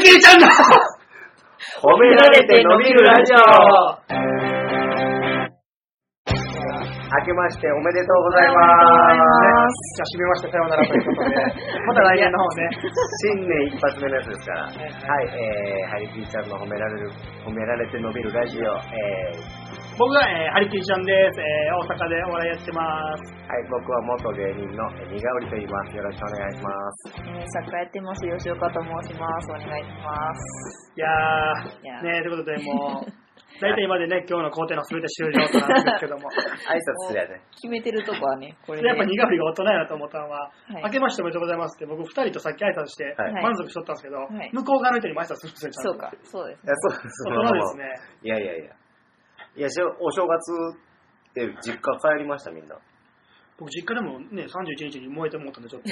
じいちゃんだ褒められて伸びるラジオ明けましておめでとうございま。ますじゃあ締めましてさようならということで、また来年の方ね。新年一発目のやつですから、はいえー、ハリい、ピーちゃんの褒められる、褒められて伸びるラジオ、えー、 僕が、えー、ハリキーちゃんです。えー、大阪でお笑いやってます。はい、僕は元芸人のえーにがおりと言います。よろしくお願いします。えー作家やってます、吉岡と申します。お願いします。いやいー、ねやということで、もう、大体今で ね、今日の工程の全て終了となんですけども、挨拶すりゃね。決めてるとこはね、これで。やっぱ苦振りが大人やなと思ったのは、はい明けましておめでとうございますって、僕二人とさっき挨拶して、はい満足しとったんですけど、はい向こう側の人にも挨拶するんですよ、ちゃんとそうか、そうですい。やそうです。大人ですね。いやいやいや。いや、しょお正月って実家帰りました、みんな。僕、実家でもね、31日に燃えてもったんで、 ちょっと。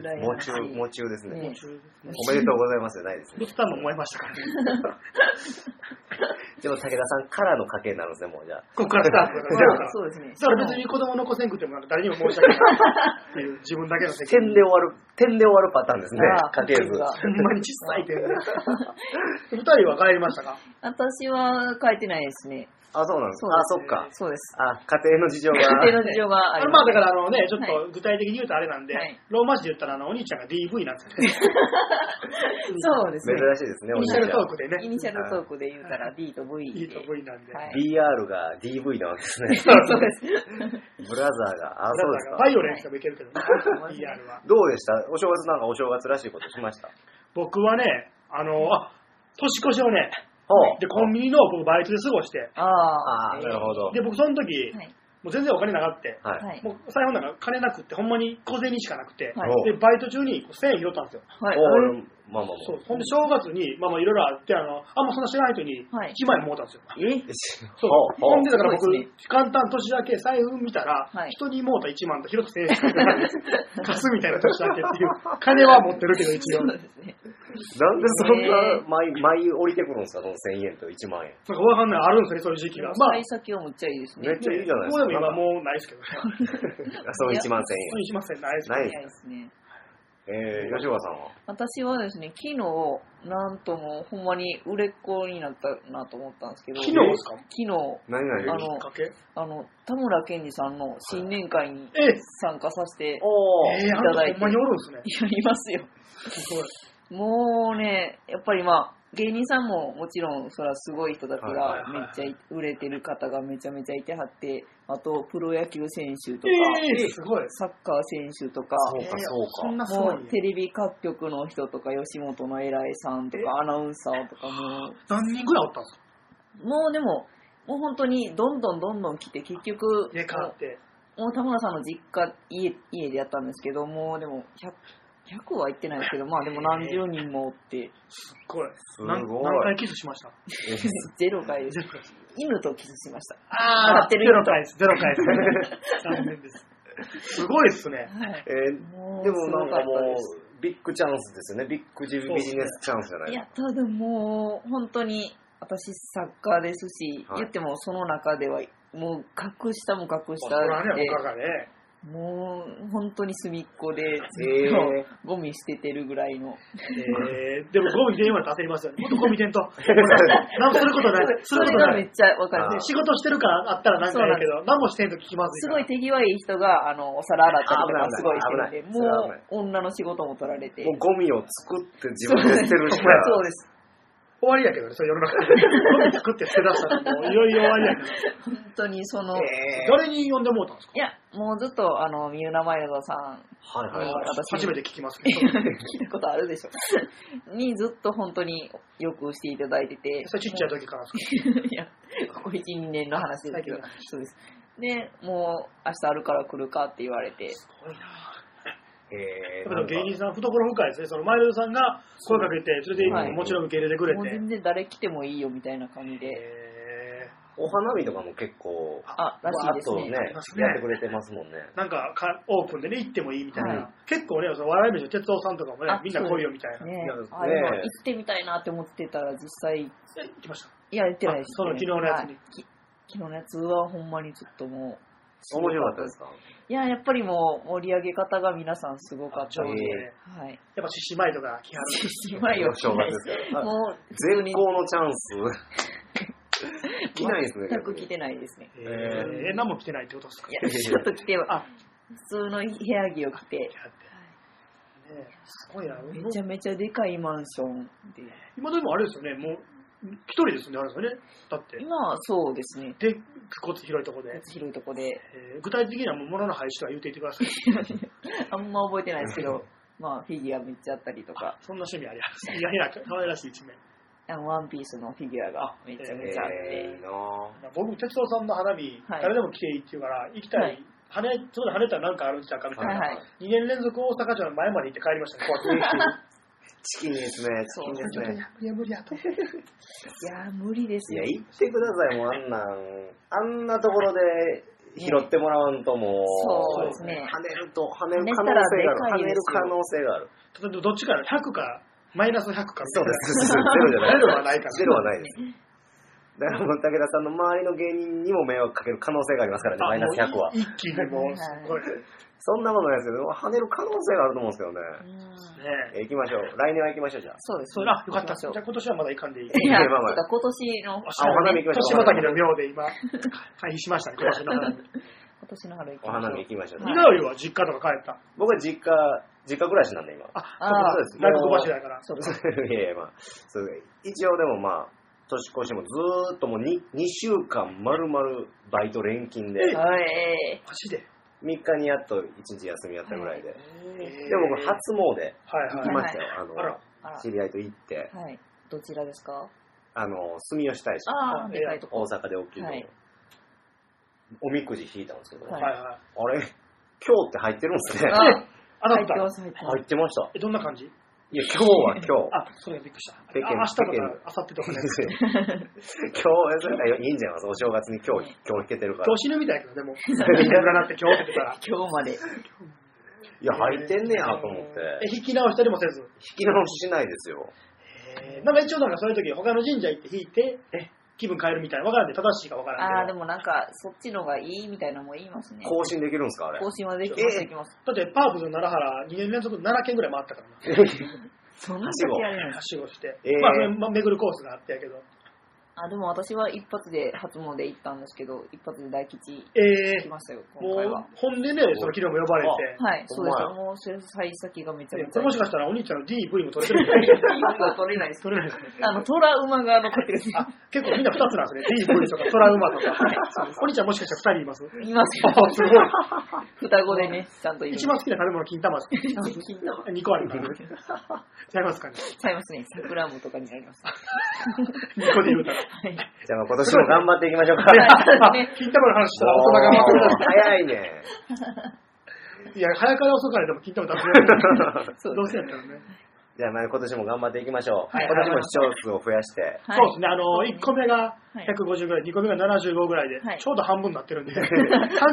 辛 いもう中、話。もう中ですね。ねおめでとうございますじゃないですね。仏壇も燃えましたからね。でも武田さんからの家系になるんですね、もうじゃあ。ここからスタートそうだから。そうですね。だから別に子供残せんくてもなんか誰にも申し訳ないっていう自分だけの責 点任。で終わる、点で終わるパターンですねああ、家系図。家系図ほんまに小さい点で。二人は帰りましたか私は書いてないですね。あ、そうなんですそうあ、ですそっか。そうです。あ、家庭の事情が。家庭の事情がああり。のまあだかららあのね、ちょっはと具体的に言うとあれなんではい、ローマ字で言ったらあのお兄ちゃんが DV なんですよね。そうです珍ね。しいですね、イニシャルトークでイね。ニシャルトークで言うたら D と V で。いいと V なんで。はい BR が DV なわけですね。そうです。ブラザーが、あ、そうですだからかバ。イオレンスでもいけるけどね、い ER は。どうでしたお正月なんかお正月らしいことしました僕はね、あの、あ、年越しをね、ほうで、コンビニの僕バイトで過ごして、あああ。あ、なるほど。で、僕その時、はい。もう全然お金なかって、はい。はい。もう財布なんか金なくって、ほんまに小銭しかなくて、はいおで、バイト中にこう1000円拾ったんですよ。はい。おーまあまあまそうほんで、正月に、まあまあいろいろあって、あの、あんまそんな知らない人に、はい1万円もうたんですよ。えあ。そうほうほほんうで、だから僕すごいで、簡単年だけ財布見たらは、い人にもうた1万と拾って1000円しかなかったんですよ 貸すみたいな年だけっていう、金は持ってるけど一そ応う。ですね。なんでそんねな毎、毎降りてくるんですかその1000円と1万円。なんかわかんない、あるんですね、そういう時期が。まあ、幸先はむっちゃいいですね。めっちゃいいじゃないですこかこでも今もうないですけどね。あその1万1000そうしません、ないですけどな早いいですね。円。えー、吉岡さんは私はですね、昨日、なんとも、ほんまに売れっ子になったなと思ったんですけど、昨日ですか昨何あ々のかけ日、あの、田村健二さんの新年会にええ参加させて、おー。えー、あの人ほんまにおるんですね。やりますよ。すごい。もうね、やっぱりまあ、芸人さんももちろん、そらすごい人たちはいがはいはいめっちゃい売れてる方がめちゃめちゃいてはって、あと、プロ野球選手とか、ええすごい。サッカー選手とか、そうかええそうかそんなすごも。いうテレビ各局の人とか、吉本の偉いさんとか、アナウンサーとかも何人ぐらいおったんですかう、もうでも、もう本当にどんどんどんどん来て、結局、入れ替わって。もう田村さんの実家、家家でやったんですけど、もうでも100、100は行ってないですけど、まあでも何十人もお って、すごい。すごい何何回キスしましたえーゼロ回ですゼ。ロ回です。犬とキスしました。あーゼロ回です。ゼロ回 です。残念です。すごいっすね。はい。えーもうでもなんかもすごかっう、ビッグチャンスですよね。ビッグジビジネスチャンスじゃたなですいでいや、ただもう、本当に、私、サッカーですし、はい言ってもその中では、もう、格下も格そ下らね、で、他がね。もう、本当に隅っこで、ずえーっと、 ゴミ捨ててるぐらいの。えー、でもゴミ出んようになったら焦りますよね。もっとゴミ出 んと。何もすることない。すそるれことがなめい。っちゃわかるあー。仕事してるからあったらなんかやけど、何もしてんと聞きまずいすかごいら。手際いい人が、あの、お皿洗ったりとあかすごい危ないしてるん危なで、いそもれは危う、女の仕事も取られて。すか。もうゴミを作って自分で捨てるしか そうです。終わりやけどね、それ世の中で。ゴミ作って捨て出したらもういよいよ終わりや けど。本当にその、えー誰に呼んでもうたんですかいや、もうずっと、あの、三浦マイルドさんはいはいはい。私初めて聞きますけど。 聞いたことあるでしょ。 にずっと本当によくしていただいてて。それちっちゃい時からですか いや、ここ1、2年の話ですけ最近の。どそうです。で、もう明日あるから来るかって言われて。すごいなえだかーならんか芸人さん、懐深いですね。そのマイルドさんが声かけて、連れて行くのはいももちろん受け入れてくれもうて。全然誰来てもいいよみたいな感じで。えお花見とかも結構、あ、らしいですわーっね。とね、やってくれてますもんね。ーなんかかオープンでね、行ってもいいみたいな。は結構ね、その笑い飯の哲夫さんとかもねあ、みんな来いよみたいな。ねいやあでもね行ってみたいなって思ってたら実際、いえ行きました。や、行ってないです、あその昨日のやつにはいき昨日のやつはほんまにちょっともう、面白かったですかいや、やっぱりもう盛り上げ方が皆さんすごかったのあで、えはい。やっぱ獅子舞とか来はる。今よ。正月ですから。もう、絶好のチャンス。来ないですね。全く来てないですね。ええー、え何も来てないってことですかいや、ちょっと来ては、あ、普通の部屋着を着て来、はって。ねえすごいな。めちゃめちゃでかいマンションで、今でもあれですよね、もう、一人ですね、あれですよね。だって。今はそうですね、で、こつ広いとこで。広いとこで、えー具体的にはもう物の配置とは言っていてくださ い。あんま覚えてないですけど、まあ、フィギュアめっちゃあったりとか、そんな趣味あります。いやいや、可愛らしい一面。あのワンピースのフィギュアがめちゃめちゃあって、えーいいなぁ僕、哲夫さんの花火、はい誰でも来ていいって言うから、行きたい。はい跳ね、そこで跳ねたらなんかあるんちゃうかみたいはいな。はい。 2年連続大阪城の前まで行って帰りましたね、怖くて。チキンですね、チキンですね。無理や無理やと。いやー、無理ですいや、ね。行ってください、もうあんなん。あんなところで拾ってもらわんともそうですね跳ねると、跳ねる可能性がある。跳跳ねる可ねたらでかいですよ能性がある。例えばどっちから100か、マイナス100かみたいそうでな。す。 ゼロじゃない。ゼロはないからゼロはないです。だからもう武田さんの周りの芸人にも迷惑かける可能性がありますからね、マイナス100はあ。もう一気にもう、すごい。ねそんなことないですけど、跳ねる可能性があると思うんですけどね。え。うんえ行きましょう。来年は行きましょう、じゃあ。そうです。それあ、よかった。行きましじょゃあう今年はまだ行かんでいい。いや、いちやまあまあょっと今年の、あお花見行きまし年ょう畑の妙で今、回避しましたね、今年の花火。今年の春行きおまし花ょ見う行。きましょう。二川よは実家とか帰った。僕は実家、実家暮らしなんで今。あ、そうそうでですす。大黒柱やから。そう か。いやいや、まあ、そう一応でもまあ、年越しもずーっともう 2, 2週間丸々バイト連勤で、3はい。マジで。日にやっと1日休みやったぐらいで。えで、僕、初詣はい行はきい。ましたよ。ああらの、あ知り合いと行って、ら、はい。どちらですかあの、住吉大社、ああ、あでかいとこ。大阪で大きいの、はいおみくじ引いたんですけど、はいはいはい。あれ、今日って入ってるんですね。あ、あな入ってまた。す、入ってま入ってました。え、どんな感じいや、今日は今日。あ、それがびっくりした。世間あ明日とか世間、明後日とかね。 今日、それいいんじゃないですか、お正月に今日、今日弾けてるから今。日死ぬみたいやけど、で も。いなくなって今日ってたら。す。今日まで。いや、入ってんねやと思って。え、引き直したりもせず。引き直ししないですよ。えーなんか一応なんかそういう時、他の神社行って引いて、気分変えるみたいな。わからんで、正しいかわからあんあ、けでど。もなんか、そっちのがいいみたいなのも言いますね。更新できるんですか、あれ。更新はできます、ええできます。だって、パープル奈良原、2年連続7軒ぐらい回ったからな。 そんな時あれなんではすしごして。えーまあ、それ、まあ、巡るコースがあったやけど。あ、でも私は一発で初詣行ったんですけど、一発で大吉行えきーましたよ、今も回うは。、ほんでね、その、昨日も呼ばれて。はい、そうですほんまやよ。もう、それ幸先がめちゃめえちこれゃいい。もしかしたらお兄ちゃんの DV も取れてるみたい な。今取れないです。取れないですね。あの、虎馬が残ってるんですよあ、結構みんな2つなんで すね。DV とかトラウマとか。お兄ちゃんもしかしたら2人いますいますよ。あすごい。双子でね、ちゃんといる。一 番好きな食べ物、金玉です。金玉。 2個あるから。違いますかね。ちゃいますね。桜もとかになります。 2個で言うたら。はい。じゃあ、今年も頑張っていきましょう か。あ金玉の話したら大人が待ってもう早い ね。る。いや、早かれ遅かれでも金玉食べれる。 そうどうですせやったらね。じゃあ、まあ今年も頑張っていきましょう。はい今年も視聴数を増やして。はそうですい。ね。あの、1個目がはい150ぐらい、2個目が75ぐらいでは、いちょうど半分になってるんで、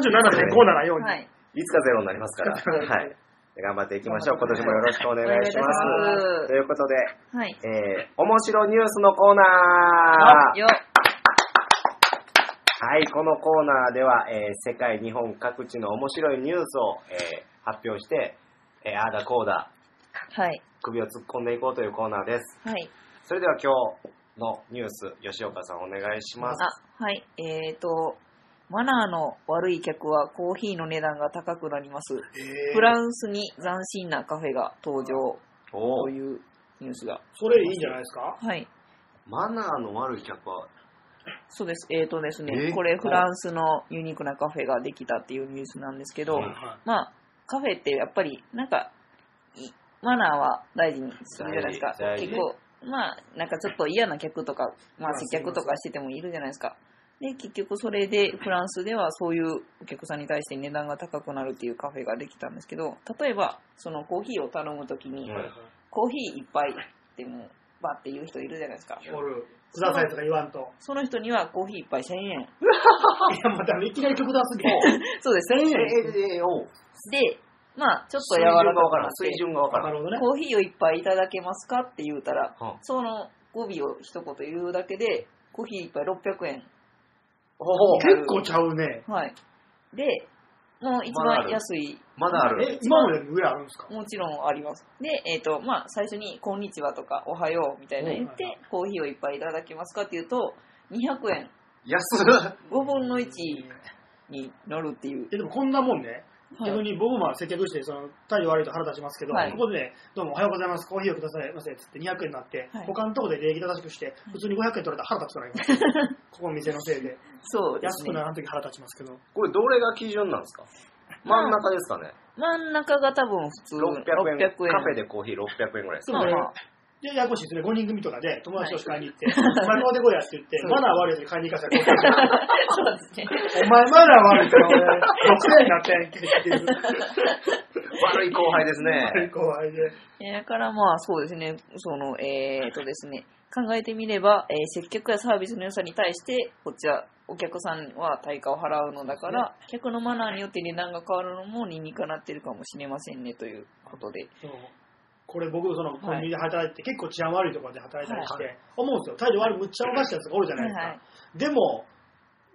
37.574はに。い。いつかゼロになります から。はいはい。頑張っていきましょう。今年もよろしくお願いしま。お願いいたしますすということで、はい。えー、面白ニュースのコーナー。よ、はい、このコーナーでは、えー世界、日本各地の面白いニュースを、えー発表して、えーあーだこうだ、はい。首を突っ込んでいこうというコーナーです。はい。それでは今日のニュース、吉岡さんお願いします。あ、はい。えーと、マナーの悪い客はコーヒーの値段が高くなります。えーフランスに斬新なカフェが登場おとーいうニュースが。それいいんじゃないですかはい。マナーの悪い客は、そうです。えーとですね、えこれフランスのユニークなカフェができたっていうニュースなんですけど、うんまあ、カフェってやっぱり、なんか、いマナーは大事にするじゃないですか大。事結構、まあ、なんかちょっと嫌な客とか、ままああ、接客とかしててもいるじゃないですか。で、結局それで、フランスではそういうお客さんに対して値段が高くなるっていうカフェができたんですけど、例えば、そのコーヒーを頼むときに、うんコーヒー一杯ってもう、バって言う人いるじゃないですか。おる。くださいとか言わんと。その人にはコーヒー一杯1000円。いや、またいきなり曲出すけど。そうです、1000え円。えおうで、まあ、ちょっと水柔準がらかわくかならん。って水、準がわから。なんるほどね。コーヒーを一杯いただけますかって言うたら、はその語尾を一言言うだけで、コーヒー一杯600円。ほう結構ちゃうね。はい。で、もう一まだあ番る安い、まだあえる。、今もより上あるんですかもちろんあります。で、えっ、と、まあ、最初に、こんにちはとか、おはようみたいなの言って、コーヒーをいっぱいいただけますかっていうと、200円、安っ5分の1に乗るっていう。え、でもこんなもんね、はい逆に僕も接客して、その、態度悪いと腹立ちますけど、はいここでね、どうもおはようございます、コーヒーをくださいませ、つって200円になって、はい他のとこで礼儀正しくして、普通に500円取られたら腹立つから今、 ここの店のせいで。そうです安くねな。らんとき腹立ちますけど、これどれが基準なんですかまあ真ん中ですかね。真ん中が多分普通600 600円。円。カフェでコーヒー600円ぐらいですでもねかまあね。まあ、で、ややこしいですね、5人組とかで友達とし買いに行って、お前は買うてこいやって言ってそ、うマナー悪いやつに買いに行かせた ら、 そうですね。お前マナー悪いから俺、6円になったやんけっていう。 悪い後輩ですね。 怖いで。えーだからまあそうですね、その、えー、とですね、考えてみれば、えー接客やサービスの良さに対して、こっちはお客さんは対価を払うのだから、客のマナーによって値段が変わるのも理にかなってるかもしれませんねということで。そうこれ僕そのコンビニで働いて、結構治安悪いところで働いたりして、は思うんですよ態度悪いむっちゃおかしいやつがおるじゃないですか、はいでも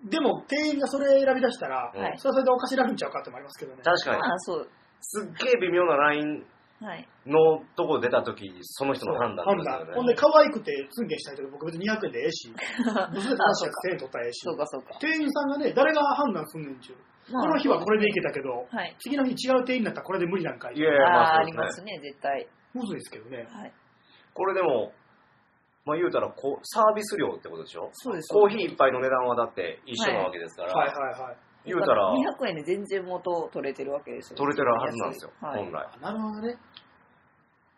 でも店員がそれ選び出したら、はいそれはそれでおかしなるんちゃうかってもありますけどね確かにま。あそう、すっげえ微妙なラインはい。のとこ出たとき、その人の判断判ですよ断ね。ほんで可愛くてツンケンしたいとか僕別に200円でええしどうせ正しく1000円取ったらええしそうかそうか。店員さんがね誰が判断すんねんちゅう、まあこの日はこれでいけたけどはい。次の日違う店員になったらこれで無理なんかいいやいあや、まあ、ああそりうまですすね。ね、絶対。むずいですけどねはい。これでも、まあ言うたらこう、サービス料ってことでしょそうです。コーヒー一杯の値段はだって一緒なわけですかはいら、はいはい言うたら、 200円で全然元取れてるわけですよ。取れてるはずなんですよ、はい本来。あなるほどね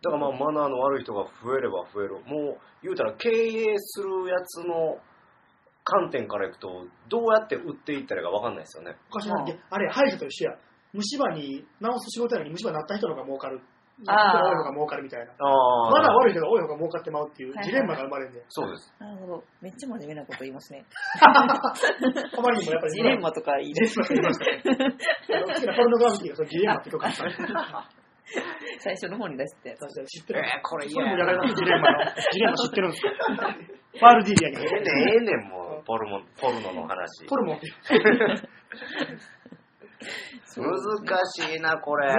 だからまあマナーの悪い人が増えれば増える。もう言うたら経営するやつの観点からいくと、どうやって売っていったらいいか分かんないですよね。おかしいなうんいやあれ、歯医者と一緒や。虫歯に、治す仕事やのに虫歯になった人の方が儲かる。あーなった人が多い方が儲かるみたいな。あまだ悪い人が多い方が儲かってまうっていうはいはいジレンマが生まれるんで、そうです。なるほど。めっちゃ真面目なこと言いますね。あまりにもやっぱり、ジレンマとか言 い出す。あの好きなポルノグラフィティがそのジレンマってとかあったね最初の方に出してたやつ。確かに知っえてる。ー、これそれ嫌もややらなれ。たジレンマの。ジレンマ知ってるんです かファールディリアにええ。ねん、ええねん、もう、ポルモ、ポルノの話。ポルモンって 難しいな、これ。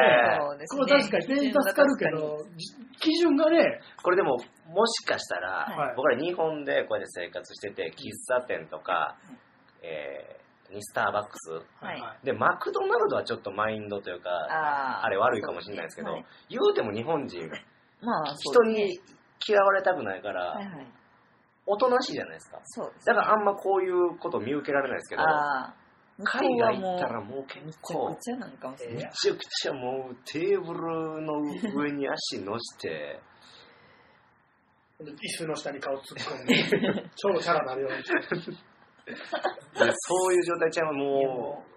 そこうですねれ確かに全員助かるけど、基準がね、これでも、もしかしたら、はい僕ら日本でこうやって生活してて、喫茶店とか、えー、にスターバックス。はいで、マクドナルドはちょっとマインドというか、あーあれ悪いかもしれないですけど、そうです言うても日本人、まあ、人そうですねに嫌われたくないかはいら、はい。おとなしいじゃないですか。そうですね。だからあんまこういうこと見受けられないですけど、あー向こ海うは外も行うったらもう結めちゃ構く、ちゃなんかもしれめない。ちゃくちゃもうテーブルの上に足乗 して、椅子の下に顔突っ込ん で、超チャラなるように。でそういう状態ちゃういもやもう、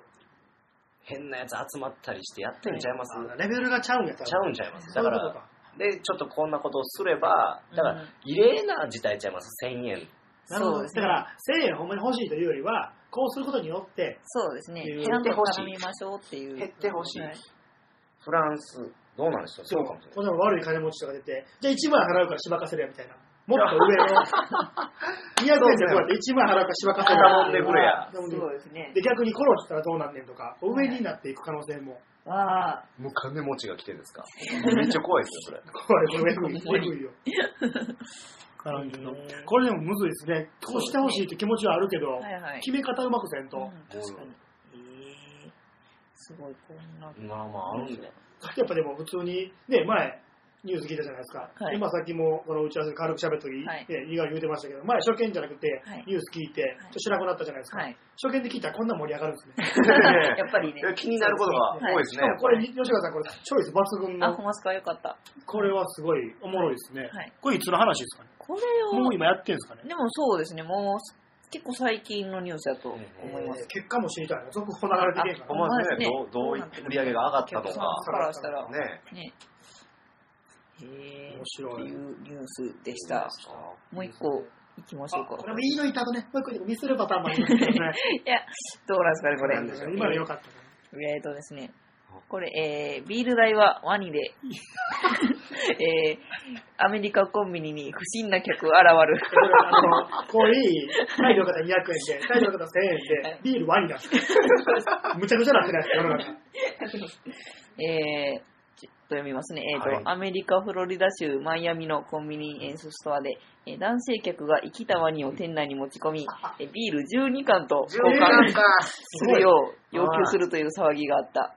変なやつ集まったりしてやってんちゃいます、あレベルがちゃうんやったらちゃうんちゃいますそだういかうことら、か。で、ちょっとこんなことをすれば、だかうらん、異例な事態ちゃいます、1000円。なるほそうど。でだすかねら、1000円ほんまに欲しいというよりは、こうすることによって、そうですね。減ちゃんってとほしい頼みましょうっていう。減ってほしいはフランス、どうなんでしょうそうかもしれこない。んなの悪い金持ちとか出て、じゃあ1万払うからしばかせるやみたいな。もっと上の、200円でこうやって1万払うからしばかせる頼んでくれや頼んでくそうれですね。で、逆にコロってたらどうなんねんとか、上になっていく可能性も。わあ、もう金持ちが来てですかめっちゃ怖いですよ、それ。怖い、これ上ほんまにいよ。からんけどうんこれでもむずいですね。こうしてほしいって気持ちはあるけど、はいはい。決め方うまくせんと。うん確かに。ええ。すごい、こんな。まあまあ、あるんですね。 やっぱでも普通に、ね、前、ニュース聞いたじゃないですか。はい今さっきもこの打ち合わせで軽く喋った時、はいね、意外言うてましたけど、前初見じゃなくてはい、ニュース聞いて、ちょっと知らなくなったじゃないですか。はい。初見で聞いたらこんな盛り上がるんですね。やっぱりね。気になることが多いですね。しかもこれ、吉川さん、これ、チョイス抜群あ、のコ、マスカよかった。これはすごいおもろいですね。はい。これいつの話ですかねこれを。もう今やってんですかねでもそうですね、もう結構最近のニュースだと思います。えー結果も知りたいな。続報流れていけんかほらんな。まですね、ほんまですねどうどうい売り上げが上がおったの客さんか。からしたら、ね。ねへえ。面白いっていうニュースでした。そもう一個行きましょうあか。これもいいのいたとね、もう一個でもミスるパターンもありますけどね。いや、どうなんですか ね、これ。今の良かったね。えーとですね、これ、えー、ビール代はワニで。えーアメリカコンビニに不審な客現る。それはあ の、コーヒー、タイの方200円で、タイの方1000円で、ビール1にな ってる。むちゃくちゃなってないですか、世の中。えーちょっと読みますね。えっ、と、はいアメリカ・フロリダ州マイアミのコンビニエンスストアで、えー男性客が生きたワニを店内に持ち 込み、えービール12缶と交12缶換か。するよう要求するという騒ぎがあった。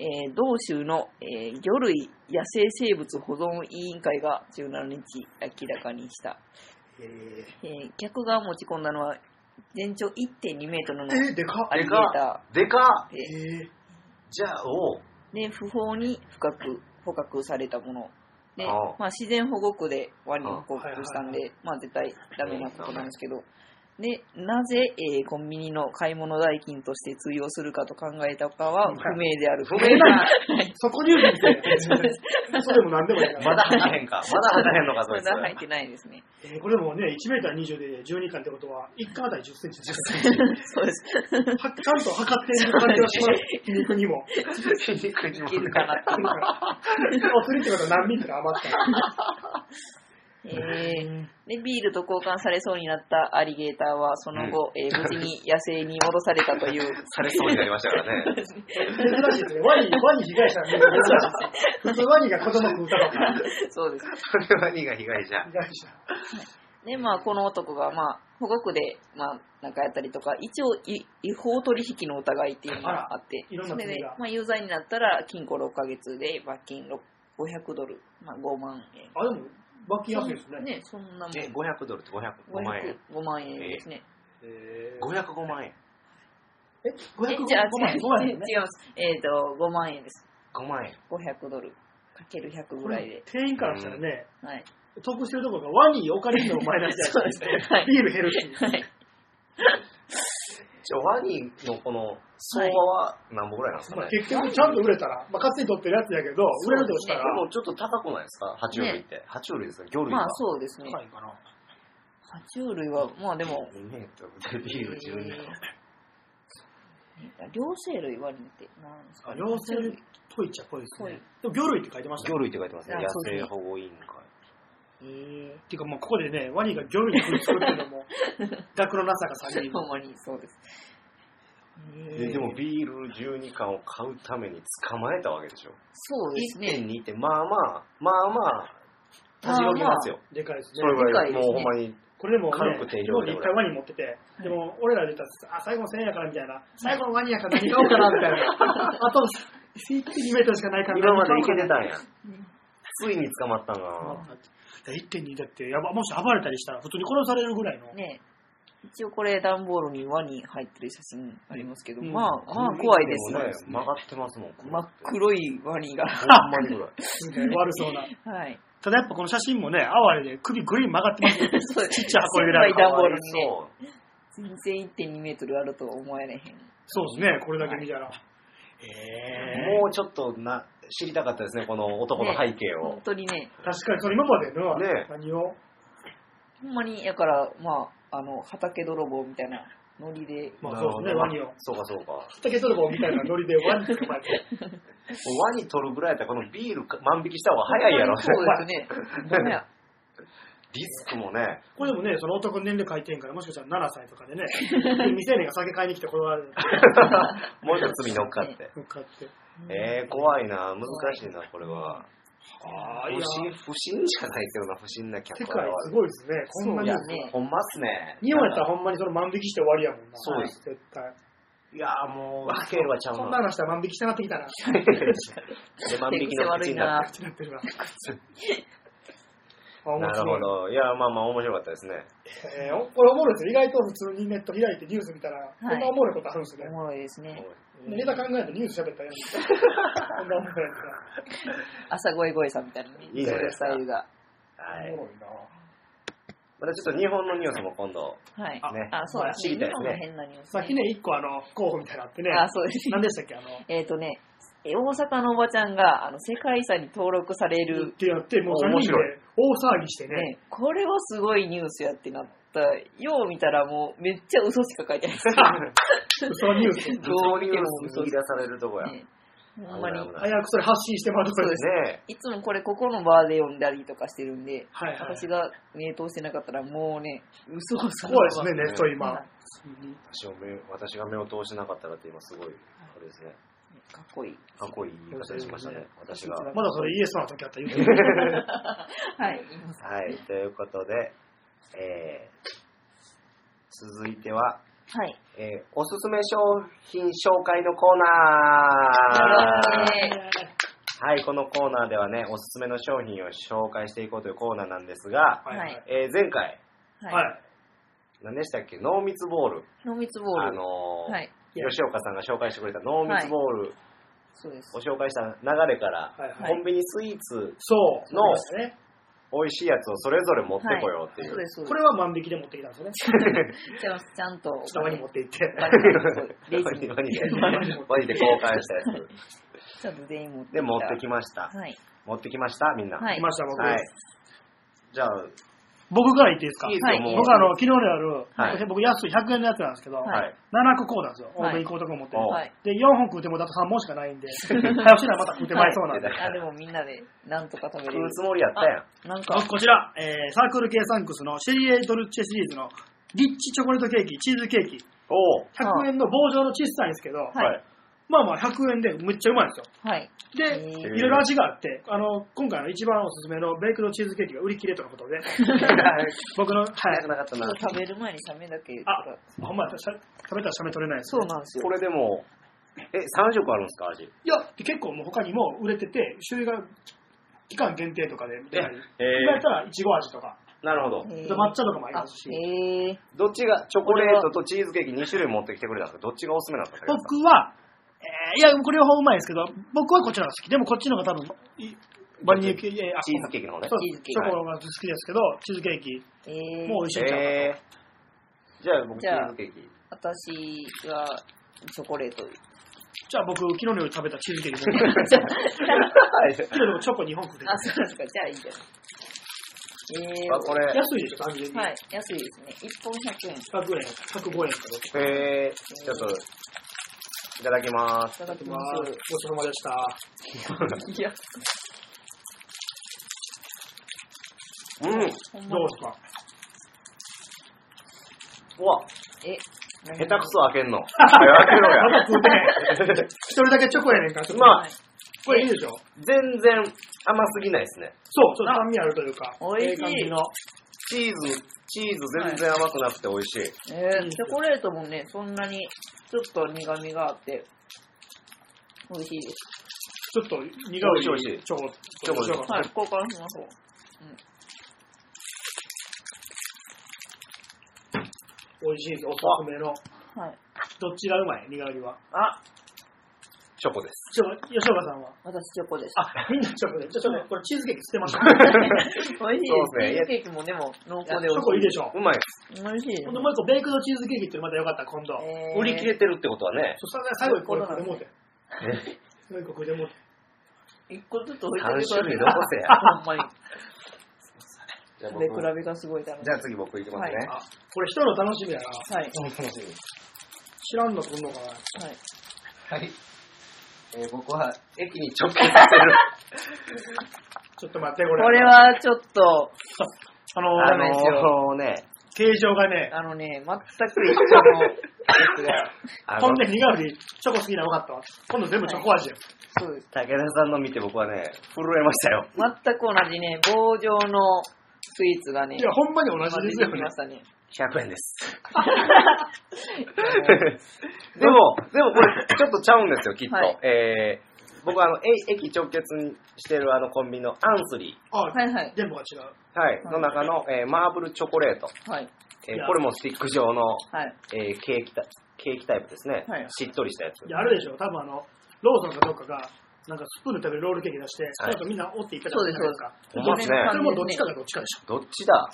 えー同州の、えー魚類野生生物保存委員会が17日明らかにした。ええー客が持ち込んだのは全長1.2メートルのー、えー、でかっアリゲータでかっーえでー、じゃあ、おう。で、不法に捕獲、捕獲されたもの。で、ああまあ自然保護区でワニを捕獲したんはいで、まあ絶対ダメなことなんですけど。で、なぜ、えーコンビニの買い物代金として通用するかと考えたかは不明である。不 明だ。そこに言うんですそうでね。す。それも何でもないから。まだ入ってへんか。まだ入ってへんのか、そまいつ。だ入ってないですね。えーこれもね、1メーター20で12巻ってことは、1巻あたり10センチ、10センそうです。チ。はちゃんと測っている感じはします。皮肉に も。 皮肉にいけるかなっていう。お釣りってことは何ミリか余った。 えーで、ビールと交換されそうになったアリゲーターは、その後、えー無事に野生に戻されたという。されそうになりましたからね。珍しいですね。ワニ、ワニ被害者なんで 珍しいです。普通ワニが子供食うたのか。 そうです。それは2が被害者。被害者。で、まあ、この男が、まあ、保護区で、まあ、なんかやったりとか、一応い、違法取引の疑いっていうのがあってあらいろ、んなそれ罪でが、まあ、有罪になったら、禁錮6ヶ月で、罰金6 500ドル、まあ、5万円。あ、でも、罰金安いですね。ね、そんなもん。え、500ドルって500、5万円。 5万円ですね。えー505万円。え、え、 500じゃあ、違万円、5う、万違い円ね。ます。えっ、と、5万円です。 5万円。 500ドル、かける100こぐらいれで。店員からしたらね、はい。得してるところがワニにお金のマイナスじゃそうないでですすか。 はい。ビール減るし。はい。じゃあ、ワニのこの相場は何本ぐらいなんですかまあね。結局、ちゃんと売れたら、まあ、勝手に取ってるやつやけど、売れるとしたらで、もちょっと高くないですか爬虫類って。爬虫類ですか魚類まはあ、。そうですね。高いかな。爬虫類は、まあでも、 2メートルでビール10年。えー両生類ワニって何ですか、あ両生類っぽいっちゃぽいですね。でも魚類って書いてましたね。魚類って書いてますね。あそうで野すね生保護委員会。えー、っていうかもうここでね、ワニが魚類に食いつくっていうの も、学のなさが先に。ほんまにそうです。えーででもビール12缶を買うために捕まえたわけでしょ。そうですね。 1.2ってまあまあ、まあまあ、たじろぎますよ。でかいですねそ。れぐらい、でかいですねもうほんまに。これでも、ね、軽く定量で料理いっぱいワニ持ってて、でも俺らで言ったら、あ、最後の1000円やからみたいな、最後のワニやから何買おうかなみたいな。 あと、1.2メートルしかないから今までいけてたんや。 や。ついに捕まったな1.2だって、やば、もし暴れたりしたら普通に殺されるぐらいの。ね一応これ段ボールにワニ入ってる写真ありますけど、うんまあ、まあ怖いですねね。。曲がってますもん。真っ黒いワニが。ほんまに ぐらい。すげえ悪そうな。はい。ただやっぱこの写真もね、哀れで首グリーン曲がってます よ。そうです。ちっちゃい箱入れられいた段ボールにね、そう。全然1.2メートルあるとは思えれへん。そうですね、これだけ見たら。ええもうちょっとな知りたかったですね、この男の背景を本。当にね、確かに、その今までの、ね何を、ほんまに、やから、まあ、あの、畑泥棒みたいなノリで、まあなそるうほですね、どワニを。そうかそうか。も畑泥棒みたいなノリでワニ捕まえて。うワニ取るぐらいやったら、このビールか万引きした方が早いやろ。 そうですね。 ほんまやリスクも ね。これでもね、その男の年齢書いてんから、もしかしたら7歳とか でね、未成年が酒買いに来て転がるもうちょっと罪乗っかって。のかって。えー、怖いな、難しいな、これは。あ不いや、審、不審しかないけどな、不審な客世は界すごいですね、こんなにそう。だねほんまっすね。日本やったらほんまにその万引きして終わりやもんな。そうです。絶対。いやーもう、スケールはちゃうこんなな。話したら万引きしたなってきたな。で、万引きの口になっっててなってるわ。あ面る。なる白ほい。ど。いや、まあまあ、面白かったですね。えーおこれおもろいですよ。意外と普通にネット開いてニュース見たら、こんなおもろいことあるんですねお。もろいですね。ネタ考えてニュース喋った やん。こんなおもろいや朝声声さんみたいなね。いいじゃないですかスタイルが。はいつ。おもろいな。またちょっと日本のニュースも今度。はい。あねあ、そうまですね。あ知りたいで日す本ねの変なニュースさっきね、一個あの、候補みたいなのあってね。あ、そうです。何でしたっけあの、えっとね、え大阪のおばちゃんが、あの、世界遺産に登録されっる、てやって、もう3面人白で大騒ぎしてね。ね、これはすごいニュースやってなった。よう見たらもう、めっ ちゃ嘘しか書いてないです。 そのニュース。そういうのを見出されるとこや。ねほんまに危ない危。ない早くそれ発信してもらうところです。ねいつもこれここのバーで読んだりとかしてるんで、はいはい。私が名刀してなかったらもうね、嘘をす怖いですね、ネットま今。あ私を目私が目を通してなかったらって今すごい、あれですね。かっこいい。かっこいい言い方しましたね。私が。はまだそれイエスの時あったら言ってる。 はい、言います。い。ということで、えー、続いては、はい。えー、おすすめ商品紹介のコーナーはい、このコーナーではね、おすすめの商品を紹介していこうというコーナーなんですが、はいはい。えー、前回、ははい。い。何でしたっけ濃密ボール。濃密ボーあル。のーはい。吉岡さんが紹介してくれた濃密ボールそうですを。紹介した流れから、はいはいコンビニスイーツそう。のそうですね。美味しいやつをそれぞれ持ってこようっていう。そうです、そうでこれは万引きで持ってきたんですよね。 す。ちゃんちゃんと。下に持って行って。レジワニにワニで、ワニで交換したやちゃんと全員持ってつ。で、持ってきました。はい。持ってきました、みんな。はい来ました、僕。はいじゃあ、僕から言っていいですかいいですはよ、いもう。僕あの、昨日の夜、はい僕安い100円のやつなんですけど、はいはい。 7個こうなんですよ。はい多めにこうとこ持ってお。はい。で、4本食うてもだと3本しかないんで、早くしならまた食うてまいそうなんで。あ、でもみんなで、なんとか食べ食れるう。つもりやったやん。なんこか、こちら、えーサークル系サンクスのシェリエドルチェシリーズのリッチチョコレートケーキ、チーズケーキ、おう100円の棒状の小さいんですけど、はいはい。まあまあ100円でむっちゃうまいんですよ。はい。で、えーいろいろ味があって、あの、今回の一番おすすめのベイクドチーズケーキが売り切れとのことで、僕の、はい。早くなかったちょなっ。と食べる前にサメだけ言ったらあ、ほんまやしゃ食べたらシャメ取れないですそうなんですよこ。れでも、え、3色あるんですか、味。いや、結構もう他にも売れてて、種類が期間限定とかで出たり、え今やったらいちご味とか、ー、なるほど。へー抹茶とかもありますし、へえ。どっちが、チョコレートとチーズケーキ2種類持ってきてくれたんですかどっちがおすすめなんですか僕は、えーいや、これ両方うまいですけど、僕はこっちの方が好き。でもこっちの方が多分、いバニラケーキ、えーあチーズケーキの方ねそ。うチーズケーキチョコが好きですけど、チーズケーキ、ええ。もう美味しいんちゃうかえー、じゃあ僕、チじゃあーズケーキ。私は、チョコレート。じゃあ僕、昨日の夜食べたチーズケーキ、昨じゃ日のチョコ2本食ってあ、あ、そうなんですか。じゃあいいじゃん。ええ。 あ、これ、安いでしょ、単純に。はい。安いですね。1本100円。100い円、105円とか。いえー、ちょっと、いただきまーす。ただたきだきま。ますごちそうさまでした。す。いや、うん。ほんどうまにですかうわ、え、下下手くそ開けん の。早開けろや。 一人だけチョコやねんから、ちょっとまあはいこれいいでしょ全然甘すぎないですね。そう、ちょっと酸味あるというか、美味しいええ感じの。チーズ、チーズ全然甘くなくて美味しい。えー、チョコレートもね、そんなにちょっと苦みがあって、美味しいです。ちょっと苦い美味しい美味しいチョコ、チョコですはい、交換しましょう。美味しいです、おすすめの。はい。どっちがうまい苦味は。あ、チョコです。 ちょっと、吉岡さんは。私チョコです。あ、みんなチョコで。ちょっとね、これチーズケーキ捨てました。 美味しいそうですねです。チーズケーキもでも濃チ厚でョコいいでしょ。うまいです。美味しいですほんで、もう一個、ベイクドチーズケーキってまたよかったら、今度。えー。売り切れてるってことはね、そしたら最後にこれ、これもうて。えもう一個これもうて。一個ずつ置いて3種 類だ残せや。さい。ほんまに。じゃあ食僕べ比べがすごい楽しいじゃあ次僕いきますね。あ、これ人の楽しみやな。はい。楽しみ。知らんの来んのかな。はい。はい。えー僕は駅に直結させる。ちょっと待って、これ。これ。はちょっと、あのあー、のーね、形状がね、あのね、全く一緒のやつが、あ ほのん、で苦味、チョコ好きなの分かったわ。今度全部チョコ味や。そうです。武田さんの見て僕はね、震えましたよ。全く同じね、棒状のスイーツがね、いや、ほんまに同じですよ混ぜてきねま。したね。 100円です。 でも、でもこれ、ちょっとちゃうんですよ、きっと。はいえー僕はあの、え駅直結にしてるあのコンビニのアンスリあ、はいはい。全部が違う。ー、はい、の中の、えーマーブルチョコレート。はい。えーいやこれもスティック状の、はい。えーケーキタケーキタイプですね、はいしっとりしたやつ。いや、あるでしょ。多分あの、ローソンかどっかが、なんかスプーンで食べるロールケーキ出して、はいなんかみんな折っていったじゃないですか。ほんまっすねそれもどっちかがどっちかでしどっちだ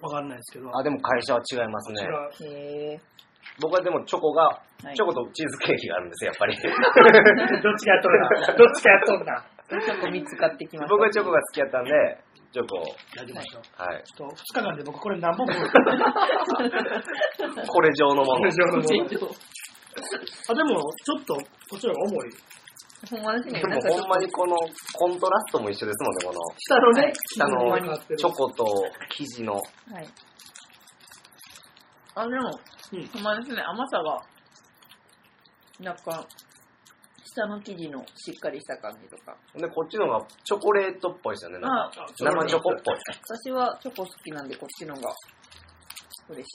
ょ。わかんないですけど。あ、でも会社は違いますね違。うへ僕はでもチョコが、はいチョコとチーズケーキがあるんですよ、やっぱり。 どっちかやっとるな。どっちかやっとるな。ー。ちょっと見つかってきました。僕はチョコが好きやったんで、チョコをやりましょう。はい。ちょっと、2日間で僕これ何本も。あ、 こ れ状のもの。これ状のもの全で然も、ちょっと、こっちの方が重い。ほんまですね。でもなんかちょっほんとまにこのコントラストも一緒ですもんね、この。下のね、下ほんまのにチョコと生地の。はい。あ、でも、うんほんまですね、甘さが、なんか、下の生地のしっかりした感じとか。で、こっちのがチョコレートっぽいですよね。なんかまあ、生チョコっぽい。私はチョコ好きなんで、こっちのが嬉し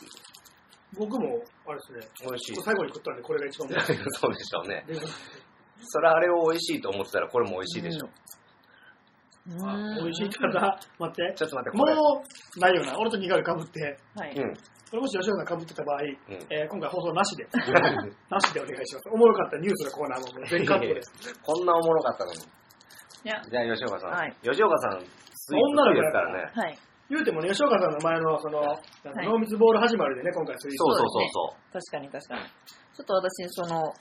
僕も、あれですね、美味しい。 最後に食ったんで、これが一番そうでしょうね。美味しい。それあれを美味しいと思ってたらこれも美味しいでしょ。い。うあーん美味しいか。な。待って。ちょっと待って、もこれ。う、ないよな。俺と苦がかぶって、はい。うん。それもし吉野さんかぶってた場合、うんえー今回放送なしで、なしでお願いします。おもろかったニュースのコーナーももう 全カットです。こんなおもろかったのに。いや、じゃあ、吉岡さん。はい吉岡さん、スイーツ女の子好きでやすかかららね。はい。言うてもね、吉岡さんの前の、その、なんかはい濃密ボール始まりでね、今回スイーツそうそうそうそ確かに確かに。ちょっと私、その、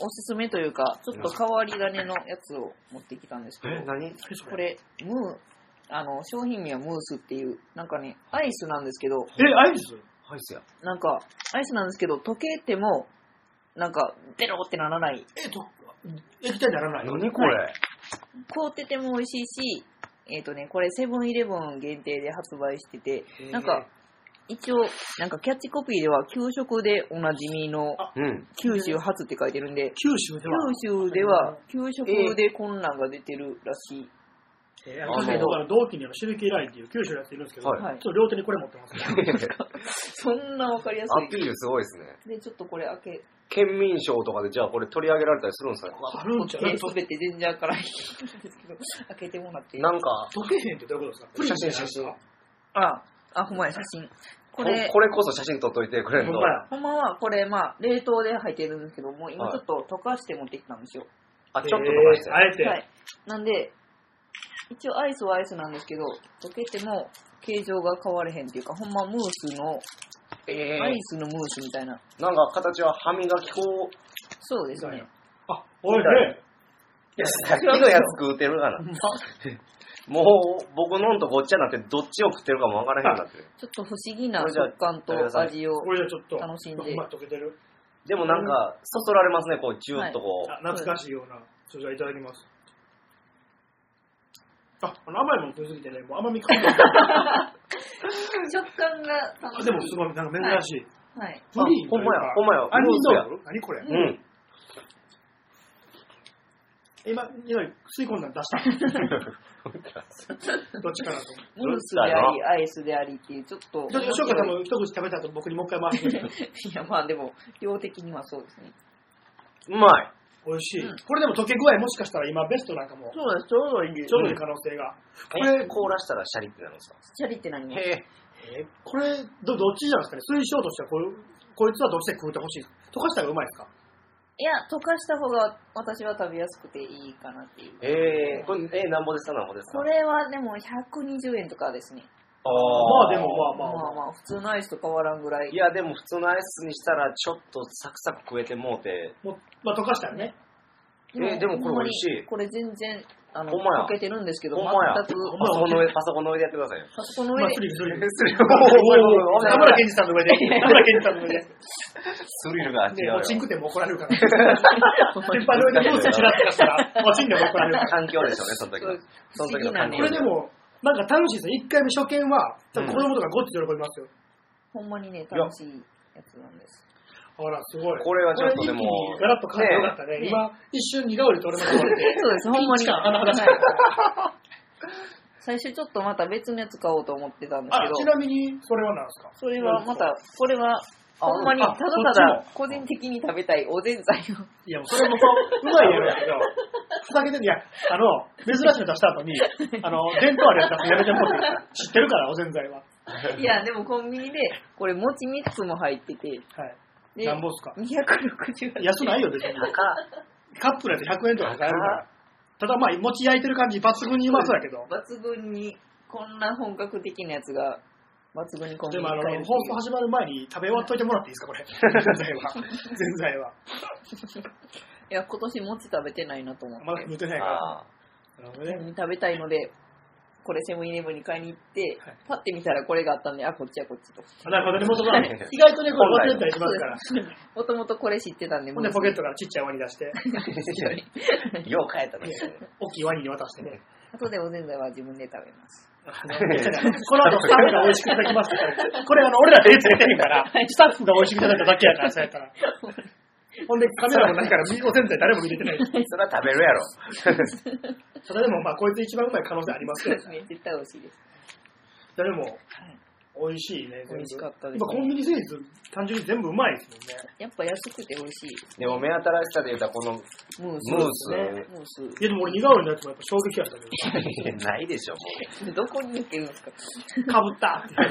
おすすめというか、ちょっと変わり種のやつを持ってきたんですう。けど、何これ、ムー、あの、商品名はムースっていう、なんかね、アイスなんですけど、え、アイスアイスや。なんか、アイスなんですけど、溶けても、なんか、ベロってならない。えっと、液体にならない。何これ。凍ってても美味しいし、えっ、とね、これセブンイレブン限定で発売してて、なんか、一応、なんかキャッチコピーでは、給食でおなじみのあうん。九州発って書いてるんで、九州では、九州では、給食でこんなんが出てるらしい。 えー、私ね僕は同期にあのシルキーラインっていう九州のやついるんですけど、はいちょっと両手にこれ持ってます。 アそんなわかりやすピールすごいですね。い。で、ちょっとこれ開け、県民賞とかで、じゃあこれ取り上げられたりするんですかね。あるんちゃう手すべて全然辛いんですけど、 開けてもらっていいなんか、溶けへんってどういうことですか写真写真あ、あ、ほんまや、写真。ここれこ、れこそ写真撮っといてくれるほとんま。や。ほんまはこれ、まあ、冷凍で入ってるんですけど、もう今はちいょっと溶かして持ってきたんですよ。あ、ちょっと飛ばしてえー。あえて、はい。なんで、一応アイスはアイスなんですけど、溶けても形状が変われへんっていうか、ほんまムースの、えアイスのムースみたいな。ーなんか形は歯磨き粉を。そうですみたいねな。あ、おいね。いや、さっきのやつ食うてるかな。もう、僕のんとごっちゃになって、どっちを食ってるかもわからへんようになってる。ちょっと不思議なこれじゃあ食感と味をこ。れじゃちょっと、楽しんで今溶けてる。でもなんか、そそられますね、こう、じゅーっとこう。あ懐かしいような。それじゃあいただきます。あ、あの甘いもの食いすぎてね、もう甘み 感じない。 食感が楽あしい。でもすごい、なんか珍しい。はい。プリンというかあほんまやほんまや杏仁ほん豆腐何これうん。今、今吸い込んだの出した。 どっちかなと思ムースであり、アイスでありっていう、ちょっと。う。ちょっと吉岡さんも一口食べた後、僕にもう一回回してみて。 いや、まあでも、量的にはそうですね。うまい。美味しい、うんこれでも溶け具合もしかしたら今ベストなんかも、そうです、ちょうどいいちょうどいい可能性が。これ凍らしたらシャリってなるんですかシャリって何へえ。えーこれど、どっちじゃないですかね推奨としてはこれ、こいつはどっちで食うてほしい溶かしたらうまいですかいや、溶かした方が私は食べやすくていいかなっていう。えー、これ、えー、なんぼですかなんぼですかこれはでも120円とかですね。あまーあでもままああまあ、まあ、普通のアイスと変わらんぐらい。いや、でも普通のアイスにしたら、ちょっとサクサク食えてもうて、もうまあ溶かしたらね。えーでもこれ美味しいほんまにこれ全然、あの、ほんまや溶けてるんですけど、ほんまや全く、ほんパまソコンの上、パソコンの上でやってくださいよ。パソコンのま上あ、でス、リル、ス リル。スリルおーおーおーおー田村が健二さんの 上で、田村健二さんの上で。スリルが 違で、もうチンうクよ。でも怒られる から。先輩の上でブーツちらって出したら、もうチンでも怒られるから。 環境でしょうね、その時そうの。不その思時 の議な感じこねれ。でも、なんか楽しいですね。一回目初見は、多分子供とかごっつ喜びますよ。ほんまにね、楽しいやつなんです。あら、すごい。これはちょっとでもこれ一気にガラッと変わってよかったね。ね今、一瞬似顔絵と俺も変わ って。そうです、ほんピまンチに。感あの話はい最初ちょっとまた別のやつ買おうと思ってたんですあ、ちけど、なみに、それは何ですかそれはまた、これは、ほんまに、あただそっただ、個人的に食べたいおぜんざいを。いや、もうそれもそう、うまいやろやけど、 ふざけてる。いや、あの、珍しいの出した後に、あの、伝統あるやつ出してやめてもらって、知ってるから、おぜんざいは。いや、 でもコンビニで、これ餅3つも入ってて、はい。で、なんぼっすか268円。安ないよ、別に。カップのやつ100円とかで買えるから。ただまあ、餅焼いてる感じ、抜群にうまそうやけど。抜群に、こんな本格的なやつが、抜群にコンビでニもであの買えるってい放送始まる前に食べ終わっといてもらっていいですか、こ れ。全財は。全財は。ういや、今年餅食べてないなと思って。まだ食ってないかあら。なるほどね。食べたいので、これセブンイレブンに買いに行って、はいパッて見たらこれがあったんで、あ、こっちやこっちと。なるほどね、元がはい意外とね、これ忘れてたりしますから。もともとこれ知ってたんで、ほんで、ポケットトからちっちゃいワニ出して、よう帰ったね。大きいワニに渡して ね。後でおぜんざいは自分で食べます。この後、スタッフが美味しくいただきますから。これ、あの、俺ら手つけてへんから、スタッフが美味しくいただいただけやから、そうやったら。ほんで、カメラもないから、水を全然誰も見れてない。それは食べるやろ。 それでも、まあ、こいつ一番うまい可能性ありますけどね。ね絶対美味しいです。いやでも、美味しいね。全部美味しかったですねやぱコンビニスイーツ、単純に全部うまいですもんね。やっぱ安くて美味しい。でも目新しさで言うたらこの、ムース。ムースねムース。いや、でも俺、似顔絵のやつもやっぱ衝撃やったけど、 ないでしょ、もどこに似てるんですかかぶったって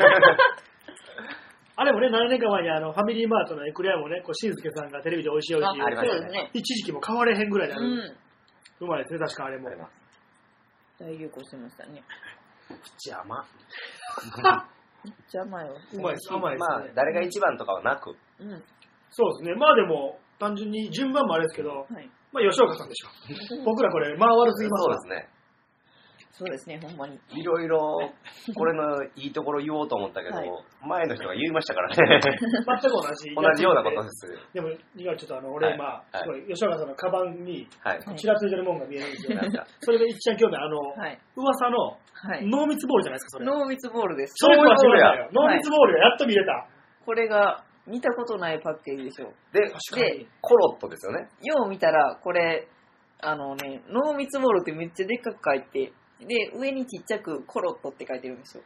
あれもね、何年か前にあの、ファミリーマートのエクレアもね、こう、しんすけさんがテレビで美味しい美味しいああ言りまっすて、そうですね。一時期も買われへんぐらいであうる。ん。うまいですね、確かあれも。う。大流行してましたね。口 甘。じゃあ前を。うまいです、甘いでまあす、ね。誰が一番とかはなく。うん。そうですね。まあでも、単純に順番もあれですけど、はい。まあ、吉岡さんでしょ。僕らこれ、回悪すぎまそうすですね。そうですね、ほんまに。いろいろ、これのいいところ言おうと思ったけど、はい前の人が言いまし たから全ね。く同じ。同じようなことです。でも、今ちょっとあの、俺今、はいすごい、吉岡さんのカバンに、はい。はいちらついてるもんが見えるんですよ。なんかそれで一番興味あるあの、はい。噂の、はい。濃密ボールじゃないですか、それ。濃密ボールです。それとは違うよ。ボールや濃密ボールや、やっと見れた。これが見たことないパッケージでしょ。で、確かにで、コロットですよね。よう見たら、これ、あのね、濃密ボールってめっちゃでっかく書いて、で、上にちっちゃくコロットって書いてるんですよ。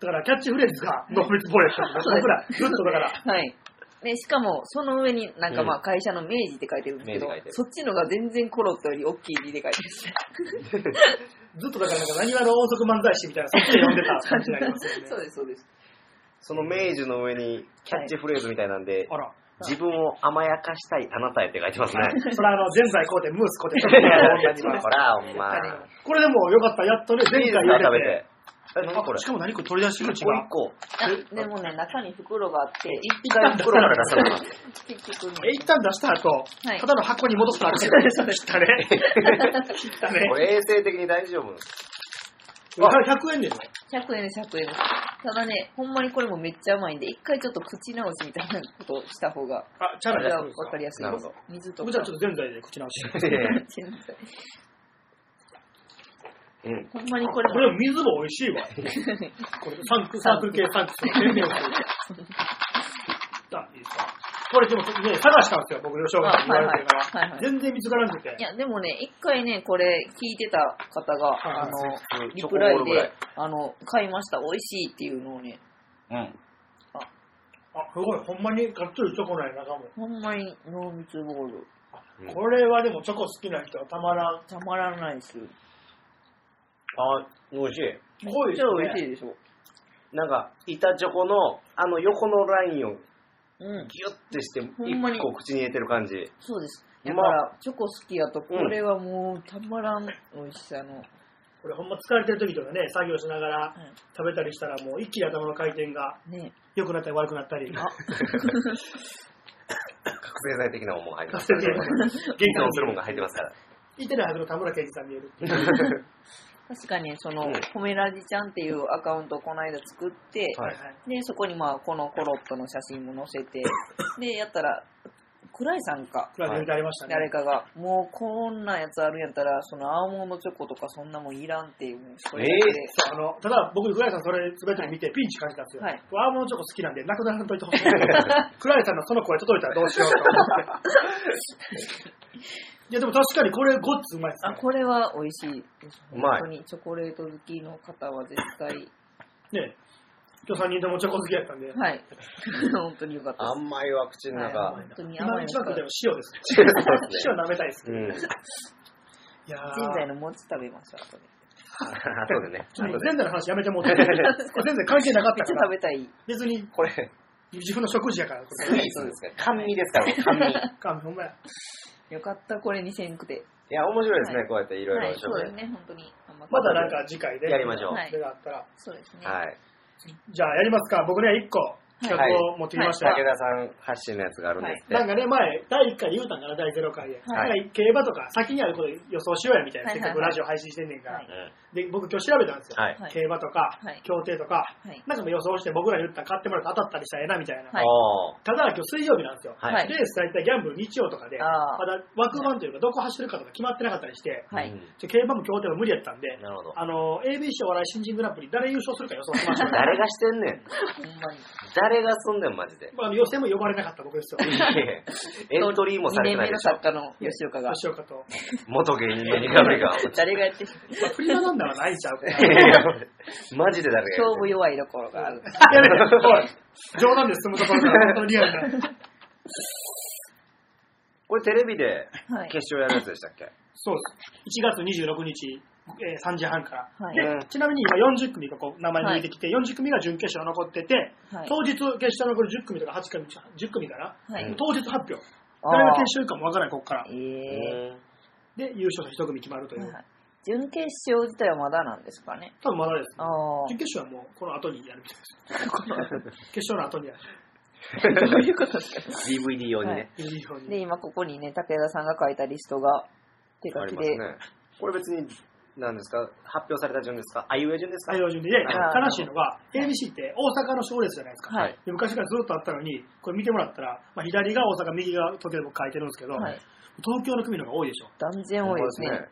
だからキャッチフレーズが濃密ボールやった んですよはい僕ら、ずっとだ から、はい。で、しかも、その上になんかまうあ会社の明治って書いてるんですけど明治書いて、るそっちのが全然コロットより大きい字で書いてるんですね。ずっとだから、なんか何話の音速漫才師みたいな、そっちで呼んでた感じになりますよね。 そうです、そうです。その明治の上にキャッチフレーズみたいなんで、あら、自分を甘やかしたいあなたへって書いてますね。 それあの、ぜんざいこうて、ムースこうて、ほこ ら、ほんま。れでもよかった、やっとね、前いいです回か言食わべれて。て。え、何これしかも何これ取り出して口一個が一。個。あでもね、中に袋があって、一旦回出さプロ袋なかがいら出さなかっ 結局え、ね、一旦出した後、はいただの箱に戻すと あるけど、切ったね。切ったね た。こ。れ衛生的に大丈夫。 100円でしょ100円です、100円です。ただね、ほんまにこれもめっちゃ甘いんで、一回ちょっと口直しみたいなことをした方が、あ、チャラじじゃゃあわかりやすいなるでほすど。水と僕か。じゃあちょっとぜんざいで口直し。うん。 ほんまにこ これ れ、これも水も美味しいわ。これサンク、サークル系サンクスの天然水。あ、いいですか。これでも、ね、探したんですよ、僕、吉岡さんに言われてかあはら。いはいはいはい全然見つからなくてい。や、でもね、一回ね、これ聞いてた方が、あはいの、リチョプコボラーイルぐらでい。、あの、買いました、美味しいっていうのをね、うん。あ、すごい、ほんまにがっつりチョコない中も。ほんまに濃密ボール、うんこれはでもチョコ好きな人はたまらん。たまらないです。あ、美味しい。め濃いでっちすゃね美味しいでしょ。なんか、板チョコの、あの横のラインをギうん、ュッてして、ほんまに一個口に入れてる感じ。そうです。まだあから、チョコ好きやと、これはもうたまらん美味しさの。これほんま疲れてる時とかね、作業しながらうん食べたりしたらもう一気に頭の回転がね、良くなったり悪くなったり。あ、 覚醒剤的なもんも入ってま活す性か剤らね。元気のするもんが入ってますから。いてないはずの田村健二さん見えるって いう。確かにその、うんコメラジちゃんっていうアカウントをこの間作って、 はいで、そこにまあ、このコロットの写真も載せて、で、やったら、倉井さんか、まあ、全然ありましたね。誰かが、もうこんなやつあるんやったら、そのアーモンドチョコとかそんなもんいらんっていう、もうそれだけで。そうあの、ただ僕、倉井さんそれ全て見てピンチ感じたんですよ。はいワーモンドチョコ好きなんで、なくならんといてほしい。 倉井さんのその声届いたらどうしようと思って。いや、でも確かにこれごっつうまいですあ、これは美味しいです。うまい本当にチョコレート好きの方は絶対、ね。ね今日3人ともチョコ好きやったんで。はい。 本当に良かったです。甘いわ、口の中。本当に甘今い一番食のっでてるの塩です。塩舐めたいです。うん。いやーぜんざいの餅食べました、後で。あとでね。ちょっと後で前。代の話やめてもうて。これ 全然関係なかっめったちかゃ食 ら。べたい。別にこれ、自分の食事やから。こスイーツですね。甘味ですから、甘味。れかほんまや。よかった、これにせんくて。いや、面白いですはね、こうやっていろいはろい、紹そうです介。ね、本当に。あんままたなんか次回で。やりましょうそれがあったら。そうですね。はい。じゃあやりますか。僕ね、一個。企画を持ってきましたよ。武田さん発信のやつがあるんですって。なんかね、前、第1回言うたんかな、第0回で。はいなんか競馬とか、先にあること予想しようやみたいな、はせいっはいはかくラいジオ配信してんねんから。はいうんで、僕今日調べたんですよ。はい。はい競馬とか、はい競艇とか、はい。なんかも予想して僕ら言ったら買ってもらって当たったりしたらええなみたいな。はいただ今日水曜日なんですよ。ああ。はいレース大体ギャンブル日曜とかで、ああまだ枠番というかどこ走るかとか決まってなかったりして、はいうんちょ競馬も競艇も無理やったんで、なるほど。あの、ABC お笑い新人グランプリ誰優勝するか予想しました よ。誰がしてんねん。ほんまに。誰がすんねん、マジ で。まああの予選も呼ばれなかった僕ですよ。いやいやエントリーもされて2ないで年目のしょ作。家の吉岡が。吉岡と。元芸人のニカブリが。誰がやってるまあフリーマなんだはないんちゃうかない やいやマジで誰が勝負弱いところがある。 やめて、おい冗談で進むところから本当にリアル な。これテレビではい。決勝やるやつでしたっけ、そうです。1月26日、えー3時半から。はいでちなみに今40組がこう名前抜いてきて、40組が準決勝残ってて、はい。当日決勝残る10組とか8組、10組かな、はうんい。当日発表。あー誰が決勝行くかもわからない、ここから。えうんで、優勝者1組決まるとーいう。はい準決勝自体はまだなんですかね。多分まだです。ああ。準決勝はもうこの後にやるみたい です。決勝の後にやる。どういうことですか DVD 用にはねい。いいようにで、今ここにね、武田さんが書いたリストが手あ書りきますで。ね。これ別に、何ですか発表された順ですかあいうえ順ですか、採用順で、で、あー悲しいのが、ABC って大阪の賞レースじゃないですか。はい。で昔からずっとあったのに、これ見てもらったら、まあ、左が大阪、右が東京で僕書いてるんですけど、はい。東京の組の方が多いでしょ。断然多いですね。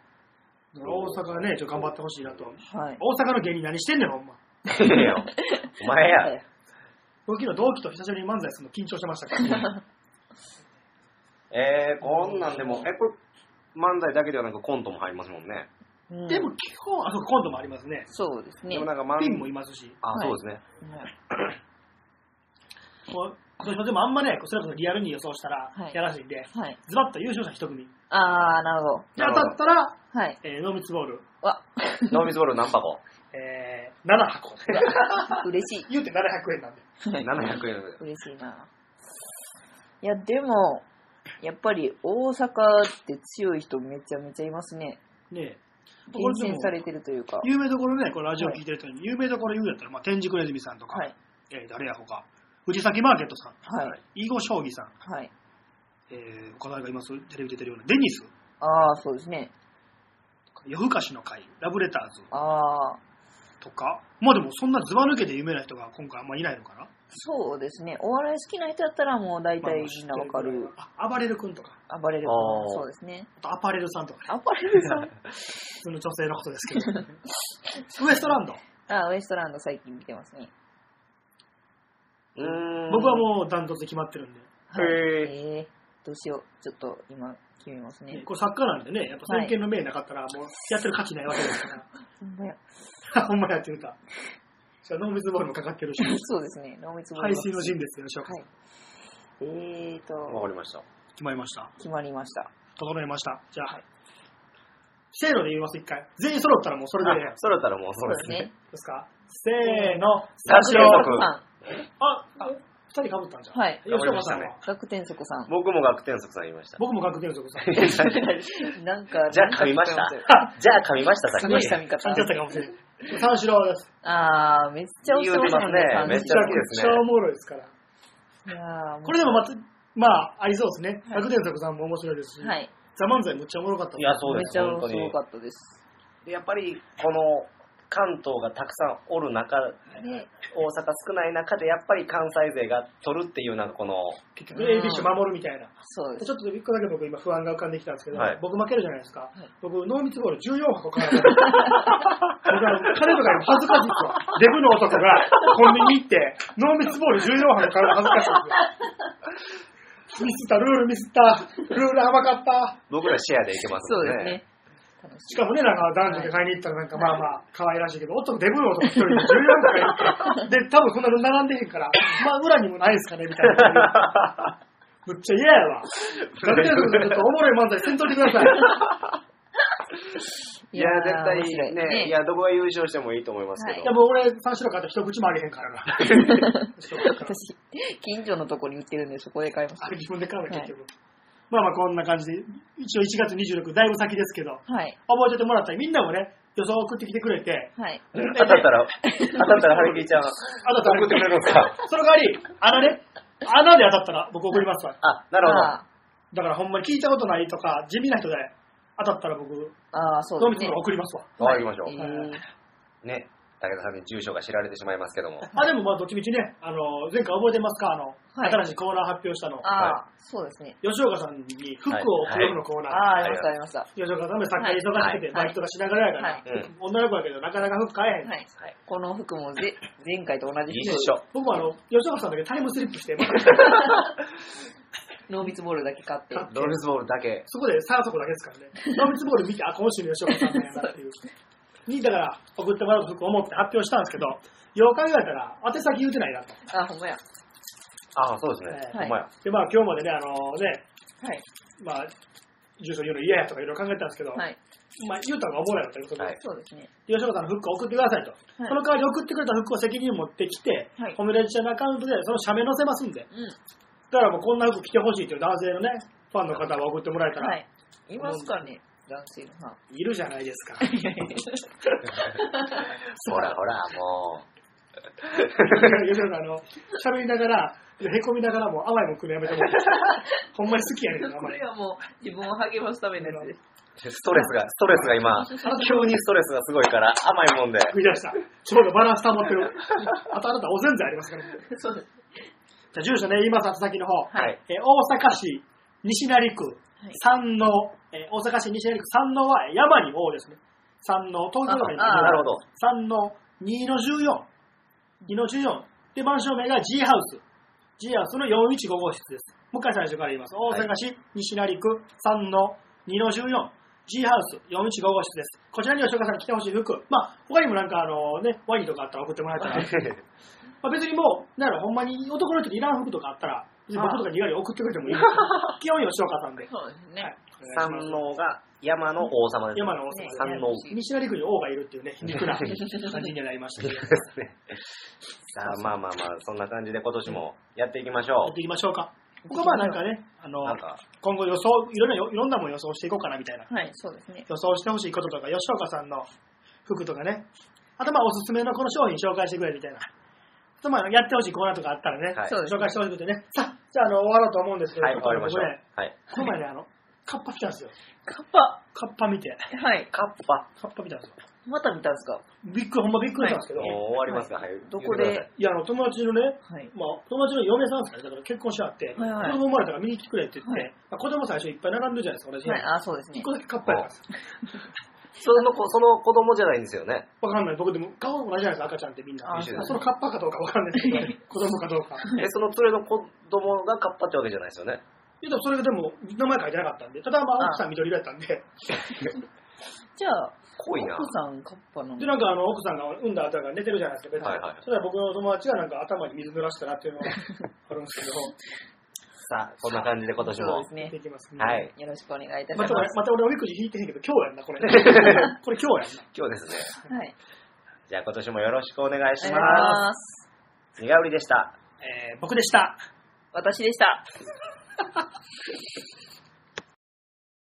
だから大阪はね、ちょっと頑張ってほしいなと。はい。大阪の芸人何してんねん、ほんま。ほんまですねいやお前 や。僕の同期と久しぶりに漫才するの緊張してましたから。えー、こんなんでも、え、これ、漫才だけではなくコントも入りますもんね。うんでも、基本、あ、そう今度もありますね。そうですねでも。なんか漫ピンもいますし。あ、はいそうですね。はいもう今年もでもあんまね、それこそリアルに予想したらはいやらしいんで、はい。ズバッと優勝者一組。で、あー、なるほ当なるほどたったら、ど。はい。えー、ノーミツボール、わ、ノーミスボール何 箱えー、7箱。 嬉しい。言うて700円なんで。 ?700 円。嬉しいな。いや、でも、やっぱり大阪って強い人めちゃめちゃいますね。ねえ。厳選されててるというか。有名どころね、このラジオ聞いてる人に、有名どころ言うんだったら、まあ、天竺ネズミさんとか、はい。えー誰やほか、藤崎マーケットさん、はい。囲碁将棋さん、はい。えー、他誰がいますテレビ出てるような、デニス、あー、そうですね。夜更かしの会、ラブレターズあー、とか、まあでもそんなズバ抜けて有名な人が今回あんまいないのかなそうですね。お笑い好きな人だったらもう大まあ体みんなわかる。。あ、暴れる君とか、暴れる君あーそうですね。あとアパレルさんとかね、暴れるさん。普通の女性のことですけ ど、ウエストランド、あー、ウエストランド最近見てますね。うーん。僕はもうダントツで決まってるんで、はいへーえーどうしよう。ちょっと今決めますね。これ作家なんでね、やっぱ先見の明なかったら、もうやってる価値ないわけですから。ほんまや ほんまやってるか。じゃあ、ノーミスボールもかかってる し、そうですね。濃密ボール排水の陣ですよ、吉岡はい。えーわと、かりました。決まりました。決まりました。整えました。じゃあ、せーので言います、一回。全員揃ったらもうそれであそれだったらもうそうですね。ね。ですかせーの、三スタジ四オ郎学天足あ、あ二人かぶったんじゃん。さん。はい。吉岡さんは。学天足さん。僕も学天則さん言いま した。 僕も学天族さん。なんか、じゃあ噛みましたなんかじゃあ噛みました、さっき。噛みました、見感じだった方。かもしれない。三四郎です。あー、めっちゃ押してますね。言うてますねめっめちちゃゃ好きですくちねゃおもろいですから。いやーこれでもまた、まあ、ありそうですね。はい学天族さんも面白いですし、はい。ザ・漫才もっちゃおもろかったもんいや、そうめでっす、ちゃ本当すごにか。ったです。でやっぱり、この関東がたくさんおる中、ね大阪少ない中で、やっぱり関西勢が取るっていう、なんかこの、結局 ABC を守るみたいな。そうでちす。ょっと一個だけ僕今不安が浮かんできたんですけど、はい僕負けるじゃないですか。い僕、濃密ボール14箱買う。僕は彼とかより恥ずかしいですわ。デブの男がコンビニ行って、濃密ボール14箱買うの恥ずかしいですよ。ミスった、ルールミスった、ルール甘かった。僕らシェアでいけますもそうんですね。ね。楽ししかもね、なんか男女で買いに行ったらなんかまあまあ可愛らしいけど、男、デブの男一人で14箱買い に行って、で、多分そんなの並んでへんから、まあ裏にもないですかね、みたいな。むっちゃ嫌やわ。ダメだよ、ちょっとおもろい漫才せんといてください。いいや、絶面白対いね、いや、どこが優勝してもいいと思いますけはいどや、。もう俺、三四郎買ったら一口もあげへんからな。 私、近所のとこに売ってるんで、そこで買いましあれ自分で買うの、結局。まあまあ、こんな感じで、一応1月26、だいぶ先ですけど、た。はい。覚えててもらったら、みんなもね、予想を送ってきてくれて、はい。当たったら、当たったら、ハリキーちゃん、 あなた送ってくれるのか。その代わり、穴ね、穴で当たったら僕送りますから。あ、なるほど。あだからほんまに聞いたことないとか、地味な人で当たったら僕、ーあー、そノうミツですねの。送りますわ。わかりましょえう。ーね。武田さんに住所が知られてしまいますけど も。あ、でもまあ、どっちみちね、あの、前回覚えてますかあの、はい新しいコーナー発表したの。ああ、そうですね。吉岡さんに服を送るのコーナー。ああー、ありました、ありました。吉岡さんも作家忙しくて、はいバイトがしながらやから、はいうん。女の子やけどなかなか服買えへん。はい。この服もぜ前回と同じ一 服緒。僕はあの、吉岡さんだけタイムスリップ して、ノービスボールだけ買 って。ドルフィスボールだけ。そこでサーソコだけですからね。ノーミツボール見て、あ、今週の吉岡さんなんやなっていう。に、だから、送ってもらうと服を思って発表したんですけど、よう考えたら、宛先言うてないなと。あ、ほんまや。ああ、そうではすね。ほいんまや。で、まあ今日までね、あのね、はい。まあ、住所言うの嫌やとかいろいろ考えてたんですけど、はい。まあ言うたのがおもろいなということで、はいそうですね。吉岡さんの服を送ってくださいと。はいその代わり送ってくれた服を責任持ってきて、はいホメレッチャーのアカウントでその写メ載せますんで、うだからもうこんな服着てほしいという男性のね、ファンの方は送ってもらえたん。ら、、はいい。いますかね、男性のファン。るじゃない ですか。ほらほら、も吉岡あの、喋りながら、へこみながらも甘いもん食うのやめてもらって、 ほんまに好きやねんけど、甘これい。はもう自分を励ますためのやつです。う、ストレスが、ストレスが 今、急にストレスがすごいから、甘いもんで。食い出した。そうだ、バランス保ってる。あとあなたおぜんざいありますから、ね。 そうです。じゃあ住所ね、今さ、先の方。はい。えー大阪市西成区はい山王、えー大阪市西成区山王はえー山に王ですね。山王、東京とかにああなるほど。山王2の14。2の14。で、番証名が G ハウス。G ハウスの415号室です。もう一回最初から言います。大阪市西成区山王2の14。G ハウス415号室です。こちらに吉岡さんに着てほしい服。まあ、他にもなんかあのね、ワニとかあったら送ってもらえたら。まあ、別にもう、なんやろ、ほんまに男の人にいらん服とかあったら、別に僕とかに意外に送ってくれ てもいいですよ。基本吉岡さんで。そうですね。山王が山の王様です。山の王様ねで。山王西成区に王がいるって いうね、皮肉な感じになりましたけど。やさあ、まあまあまあ、そんな感じで今年もやっていきましょっていきましょうか。ここはまあなんかね、あのう。、なんか、今後予想、いろんなよ、いろんなもん予想していこうかなみたいな。はい、そうですね。予想してほしいこととか、吉岡さんの服とかね。あとまあおすすめのこの商品紹介してくれみたいな。あとまあやってほしいコーナーとかあったらね、はいそうです紹介してほしくてね。さあ、じゃああの終わろうと思うんですけど、はい、終わりましょうここで。はい。この前ね、あの、カッパ来たんですよ。カッパ。カッパ見て、はい。カッパ。カッパ見たんですよ。また見たんですかびっくり、ほんまびっくりしたんですけど、もうい、終わりますか、はい。ど言こってくだでさいや、あの、友達のね、はい。まあ、友達の嫁さんですから、だから結婚しはって、はいはい子供生まれたから見に来てくれって言って、はいまあ、子供最初いっぱい並んでるじゃないですか、同じ部はい、屋。あー、そうですね一。個だけカッパやったんですよ。その子、その子供じゃないんですよね。わかんない。僕でも、顔同じじゃないですか、赤ちゃんってみんな。あ一緒ですそのカッパかどうかわかんないですけ ど、子供かどうか。え、その連れの子供がカッパってわけじゃないですよね。いやでもそれがでも、名前書いてなかったんで、ただまあ、あ奥さん緑色やったんで、じゃあ、濃いな。奥さんカッパなので、なんかあの、奥さんが産んだ後が寝てるじゃないですか、別に。はいはいそしたら僕の友達がなんか頭に水濡らしたなっていうのがあるんですけど、さあ、そんな感じで今年そうもです。やってねい。きますね。はい。よろしくお願いいたしままたす。また俺おみくじ引いてへんけど、今日や んな、これ。これ今日やんな。今日ですね。はい。じゃあ今年もよろしくお願いしお願いしまます。す。にがうりでした。えー僕でした。私でした。